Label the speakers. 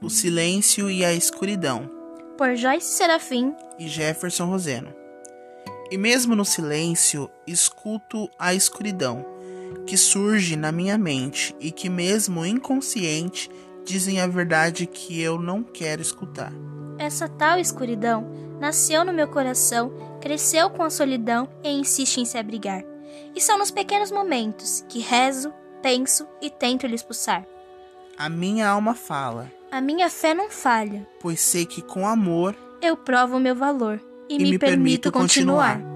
Speaker 1: O Silêncio e a Escuridão,
Speaker 2: por Joyce Serafim.
Speaker 1: e Jefferson Roseno. E mesmo no silêncio, escuto a escuridão que surge na minha mente e que, mesmo inconsciente, dizem a verdade que eu não quero escutar.
Speaker 2: Essa tal escuridão nasceu no meu coração, cresceu com a solidão e insiste em se abrigar. E são nos pequenos momentos que rezo, penso e tento lhe expulsar.
Speaker 1: A minha alma fala,
Speaker 2: A minha fé não falha,
Speaker 1: pois sei que com amor
Speaker 2: eu provo o meu valor e, me, permito, continuar.